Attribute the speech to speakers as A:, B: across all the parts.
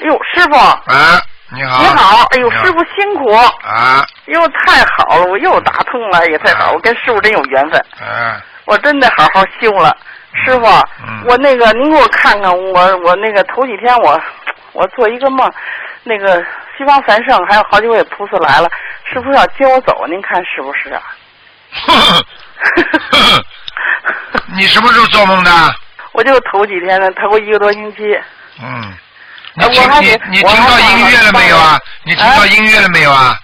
A: 哎呦，师傅，
B: 啊，你好。
A: 你好，哎呦，
B: 你好
A: 师傅辛苦，
B: 啊，
A: 哟，太好了，我又打通了，也太好，我跟师傅真有缘分，
B: 嗯，
A: 我真得好好修了。师傅，
B: 嗯
A: 我那个您给我看看，我我那个头几天我我做一个梦，那个西方三圣还有好几位菩萨来了，是不是要接我走？您看是不 是啊？
B: 你什么时候做梦的？
A: 我就头几天呢，头一个多星期，
B: 嗯，你
A: 哎
B: 听
A: 我还
B: 你
A: 得
B: 你
A: 我
B: 听
A: 还
B: 到
A: 得
B: 音乐了没有啊
A: 帮？
B: 你听到
A: 哎
B: 音乐了没有啊？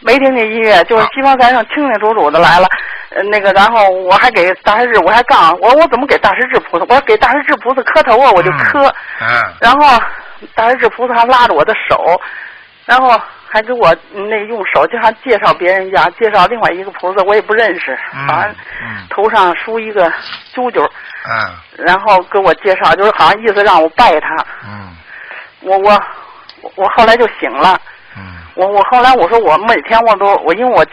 A: 没听见音乐，就是
B: 啊
A: 西方三圣清清楚楚的来了，呃，那个，然后我还给大势至，我还杠，我我怎么给大势至菩萨？我给大势至菩萨磕头啊，我就磕，
B: 嗯，
A: 然后大势至菩萨还拉着我的手，然后还给我嗯那用手就还介绍别人家，介绍另外一个菩萨，我也不认识，
B: 嗯
A: 好像
B: 嗯
A: 头上梳一个揪揪，
B: 嗯，
A: 然后给我介绍，就是好像意思让我拜他，
B: 嗯，
A: 我我我我后来就醒了。
B: 嗯，
A: 我我后来我说我每天我都我因为我求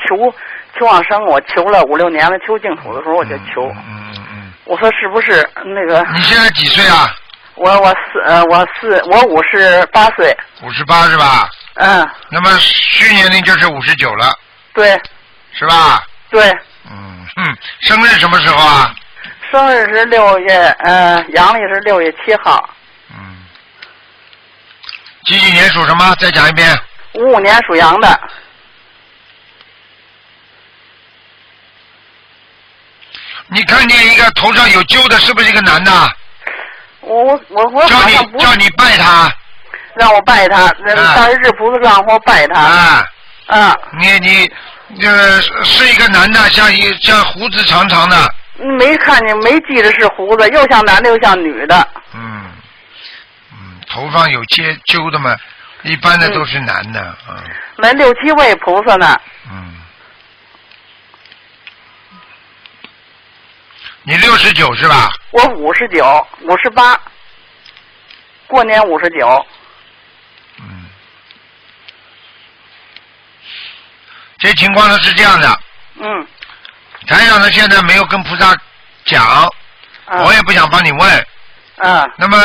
A: 求往生，我求了五六年了，求净土的时候我就求，
B: 嗯嗯嗯
A: 我说是不是那个
B: 嗯。你现在几岁啊？
A: 我我四呃我四我五十八岁，
B: 五十八是吧？
A: 嗯，
B: 那么虚年龄就是五十九了，
A: 对
B: 是吧？
A: 对，
B: 嗯哼，生日什么时候啊？
A: 生日是六月呃阳历是六月七号，
B: 嗯，几几年属什么？再讲一遍。
A: 五五年属羊的，
B: 你看见一个头上有揪的，是不是一个男的？啊
A: 我我我我
B: 叫
A: 好像
B: 你
A: 不
B: 叫你拜他
A: 让我拜他，那
B: 啊
A: 大日菩萨让我拜他，
B: 啊！
A: 啊，
B: 你你呃是是一个男的，像一像胡子长长的，
A: 没看见没记着是胡子，又像男的又像女的，
B: 嗯嗯，头上有接揪的嘛，一般的都是男的，嗯
A: 没六七位菩萨呢。
B: 嗯。你六十九是吧？
A: 我五十九，五十八，过年五十九。
B: 嗯。这情况呢是这样的，
A: 嗯，
B: 台长呢现在没有跟菩萨讲，
A: 啊
B: 我也不想帮你问。
A: 嗯
B: 那么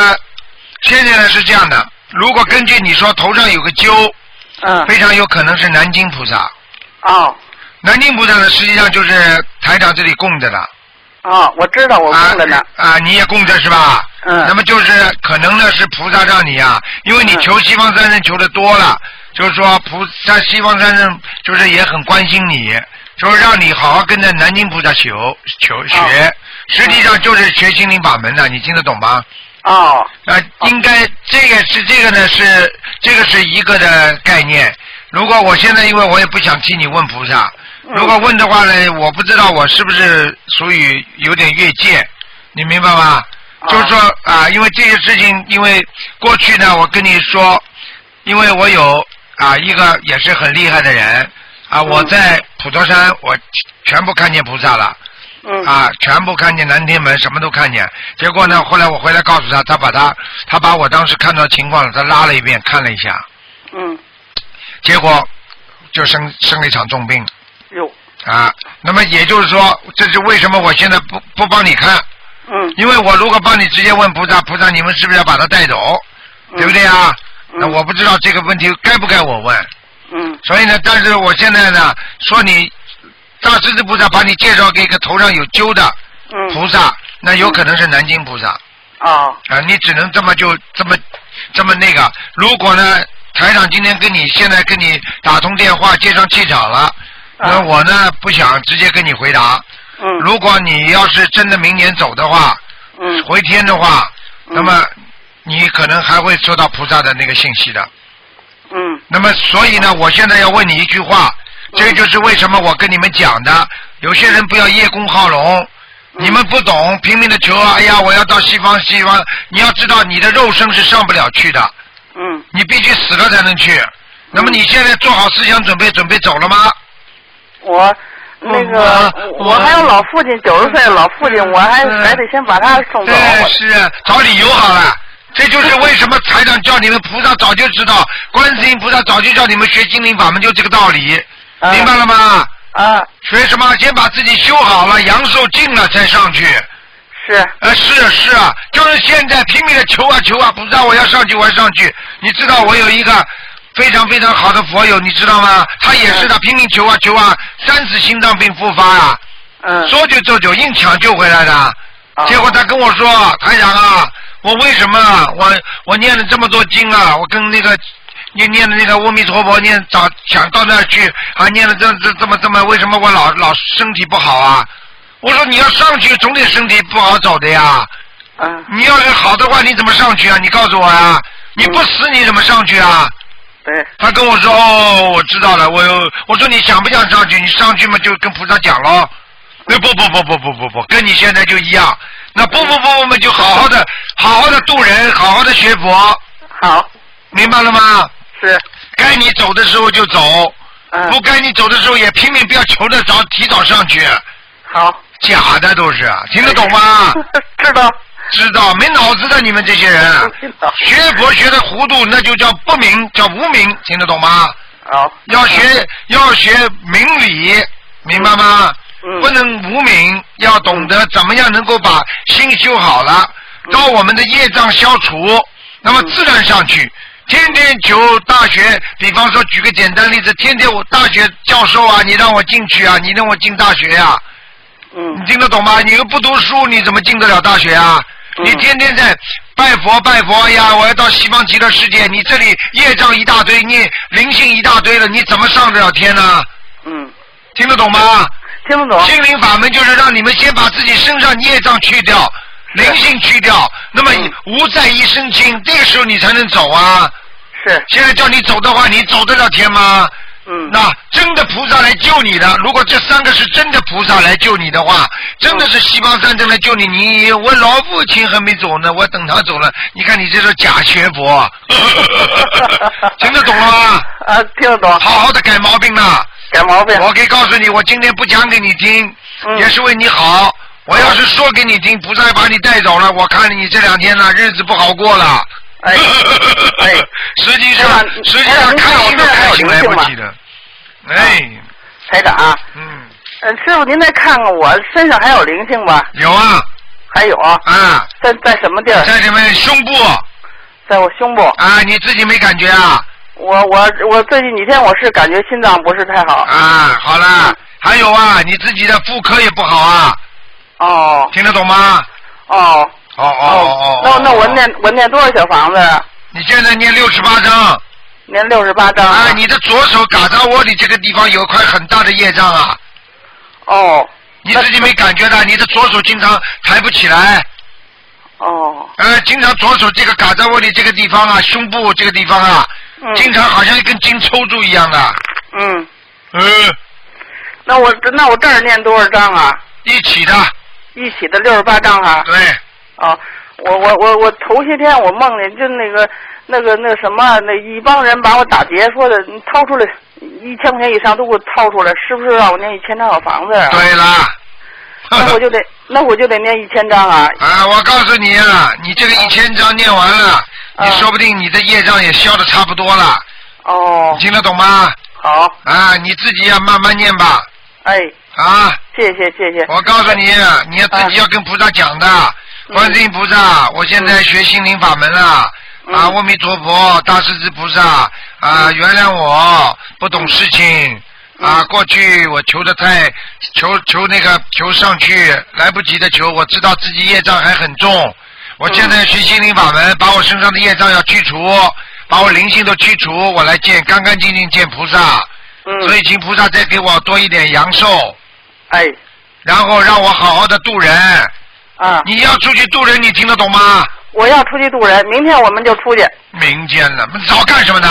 B: 现在呢是这样的，如果根据你说头上有个揪，
A: 嗯，
B: 非常有可能是南京菩萨。
A: 哦
B: 南京菩萨呢，实际上就是台长这里供着的。
A: 哦，我知道我供着呢。
B: 啊。啊，你也供着是吧？
A: 嗯
B: 那么就是可能呢是菩萨让你啊，因为你
A: 嗯
B: 求西方三圣求的多了，就是说菩萨西方三圣就是也很关心你，就是让你好好跟着南京菩萨求求学。
A: 哦
B: 实际上就是学心灵法门的，你听得懂吗？
A: 哦
B: 啊，应该这个是这个呢是这个是一个的概念。如果我现在因为我也不想替你问菩萨，
A: 嗯
B: 如果问的话呢，我不知道我是不是属于有点越界，你明白吗？
A: 哦
B: 就是说啊，因为这些事情，因为过去呢，我跟你说，因为我有啊一个也是很厉害的人啊，我
A: 嗯
B: 在普陀山我全部看见菩萨了。
A: 嗯
B: 啊，全部看见南天门，什么都看见。结果呢，后来我回来告诉他，他把他他把我当时看到情况了，他拉了一遍，看了一下，
A: 嗯，
B: 结果就生生了一场重病
A: 哟
B: 啊。那么也就是说，这是为什么我现在不不帮你看，
A: 嗯
B: 因为我如果帮你直接问菩萨，菩萨你们是不是要把他带走，
A: 嗯
B: 对不对啊？
A: 嗯
B: 那我不知道这个问题该不该我问，
A: 嗯
B: 所以呢，但是我现在呢，说你大势至菩萨把你介绍给一个头上有揪的。
A: 嗯
B: 菩萨，那有可能是南京菩萨啊、
A: 哦
B: 你只能这么就这么这么那个。如果呢，台长今天跟你现在跟你打通电话接上气场了，那
A: 啊
B: 我呢不想直接跟你回答。
A: 嗯
B: 如果你要是真的明年走的话，
A: 嗯
B: 回天的话，
A: 嗯
B: 那么你可能还会收到菩萨的那个信息的。
A: 嗯
B: 那么所以呢，我现在要问你一句话，这就是为什么我跟你们讲的，有些人不要叶公好龙，
A: 嗯
B: 你们不懂，拼命的求啊，哎呀，我要到西方西方，你要知道你的肉身是上不了去的，
A: 嗯
B: 你必须死了才能去。那么你现在做好思想准备，准备走了吗？
A: 我。那个
B: 我，
A: 我还有老父亲九十岁老父亲，我还
B: 嗯
A: 还得先把他送走。
B: 对，是啊找理由好了。这就是为什么台长叫你们菩萨早就知道，观世音菩萨早就叫你们学心灵法门，就这个道理，
A: 啊
B: 明白了吗？
A: 啊，
B: 学什么？先把自己修好了，阳寿尽了再上去，
A: 是
B: 啊，是啊是啊，就是现在拼命的求啊求啊，菩萨我要上去我要上去。你知道我有一个非常非常好的佛友，你知道吗？他也是的，拼命求啊求啊，三次心脏病复发啊，
A: 嗯，哦
B: 说救就救，硬抢救回来的。结果他跟我说，台长啊，我为什么啊我我念了这么多经啊，我跟那个念念的那个阿弥陀佛念早想到那儿去啊，念了这这这么这么，为什么我老老身体不好啊？我说你要上去总得身体不好走的呀，
A: 嗯，
B: 你要是好的话你怎么上去啊？你告诉我啊，你不死你怎么上去啊？
A: 对，
B: 他跟我说哦，我知道了，我有我说你想不想上去？你上去嘛就跟菩萨讲咯。那不不不不不不不，跟你现在就一样。那不不不，我们就好好的好好的度人，好好的学佛，
A: 好，
B: 明白了吗？
A: 是，
B: 该你走的时候就走，
A: 嗯，
B: 不该你走的时候也拼命不要求着早提早上去，
A: 好，
B: 假的都是，啊听得懂 吗？
A: 嗯知道，
B: 知道没脑子的你们这些人，啊
A: 知道，
B: 学佛学的糊涂，那就叫不明，叫无明，听得懂吗？
A: 好，
B: 要学要学明理，明白吗？
A: 嗯
B: 不能无明，要懂得怎么样能够把心修好了，到我们的业障消除，那么自然上去。天天求大学，比方说举个简单例子，天天我大学教授啊，你让我进去啊，你让我进大学呀、啊你
A: 嗯，
B: 听得懂吗？你又不读书，你怎么进得了大学啊？
A: 嗯
B: 你天天在拜佛拜佛哎呀！我要到西方极乐世界，你这里业障一大堆，你灵性一大堆了，你怎么上得了天呢？
A: 嗯，
B: 听得懂吗？
A: 听不懂，
B: 心灵法门就是让你们先把自己身上业障去掉，灵性去掉，那么
A: 嗯
B: 无在一身轻，这个时候你才能走啊！
A: 是，
B: 现在叫你走的话，你走得了天吗？
A: 嗯，
B: 那真的菩萨来救你的，如果这三个是真的菩萨来救你的话，真的是西方三圣来救你，你我老父亲还没走呢，我等他走了，你看你这是假学佛， 听得懂了吗？
A: 啊，听得懂，
B: 好好的改毛病了，
A: 改毛病，
B: 我可以告诉你，我今天不讲给你听，
A: 嗯
B: 也是为你好。我要是说给你听，菩萨把你带走了，我看你这两天呢日子不好过了。
A: 哎，哎，
B: 实际上
A: 台长，
B: 实际
A: 台长您
B: 上开
A: 看我
B: 心都
A: 这还
B: 开
A: 有
B: 心
A: 灵
B: 来
A: 性
B: 不
A: 吗
B: 及的，
A: 啊
B: 哎，
A: 台长，
B: 嗯，
A: 嗯，师傅您再看看我身上还有灵性吧？
B: 有啊，
A: 还有，
B: 啊，
A: 在在什么地儿？
B: 在你们胸部
A: 在我胸部。
B: 啊，你自己没感觉啊？
A: 我我我最近几天我是感觉心脏不是太好。
B: 啊，好啦，还有啊，你自己的妇科也不好啊，
A: 哦
B: 听得懂吗？
A: 哦
B: 哦哦哦哦，
A: 那那我
B: 哦，
A: 念我念多少小房子？啊
B: 你现在念六十八章，
A: 念六十八章。
B: 啊，你的左手嘎扎窝里这个地方有块很大的业障啊，
A: 哦
B: 你自己没感觉的，你的左手经常抬不起来，
A: 哦
B: 呃，经常左手这个嘎扎窝里这个地方啊，胸部这个地方啊，
A: 嗯
B: 经常好像一根筋抽住一样啊的，
A: 嗯，
B: 嗯，
A: 那我那我这儿念多少章啊？
B: 一起的，
A: 一起的六十八章啊。
B: 对。
A: 哦，我我我我头些天我梦见就那个那个那什么啊那一帮人把我打劫，说的你掏出来一千块钱以上都给我掏出来，是不是让我念一千张小房子啊？
B: 对啦。
A: 那我就得那我就得念一千张啊。
B: 啊，我告诉你啊，你这个一千章念完了，
A: 啊
B: 你说不定你的业障也消的差不多了，
A: 哦
B: 你，听得懂吗？
A: 好，
B: 啊，你自己要慢慢念吧。
A: 哎，
B: 啊，
A: 谢谢谢 谢。
B: 我告诉你，你要自己要跟菩萨讲的，
A: 啊嗯
B: 观世音菩萨，我现在学心灵法门了。
A: 嗯
B: 啊，阿弥陀佛，大势至菩萨，啊，原谅我不懂事情，啊，
A: 嗯
B: 过去我求的太求求那个求上去来不及的求，我知道自己业障还很重，我现
A: 嗯
B: 在学心灵法门，把我身上的业障要去除，把我灵性都去除，我来见干干净净见菩萨，
A: 嗯，
B: 所以请菩萨再给我多一点阳寿，
A: 哎
B: 然后让我好好的度人。
A: 啊，
B: 你要出去度人，你听得懂吗？
A: 我要出去渡人，明天我们就出去。
B: 民间了，早干什么呢？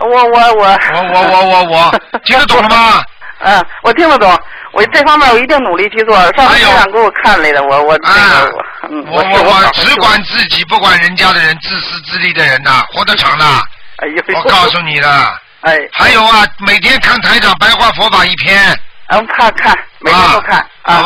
A: 我我我
B: 我我我我 我，听得懂了？吗？
A: 嗯，我听得懂。我这方面我一定努力去做。上
B: 哎
A: 次
B: 呦
A: 院长给我看来的，我我
B: 啊
A: 那个我，嗯，
B: 我
A: 是 我
B: 我
A: 好
B: 只管自己，不管人家的人，自私自利的人呐、活得长呐、
A: 哎呦，
B: 我告诉你了。
A: 哎，
B: 还有啊，每天看台长白话佛法一篇，
A: 嗯，看看，每天都看
B: 啊好吧。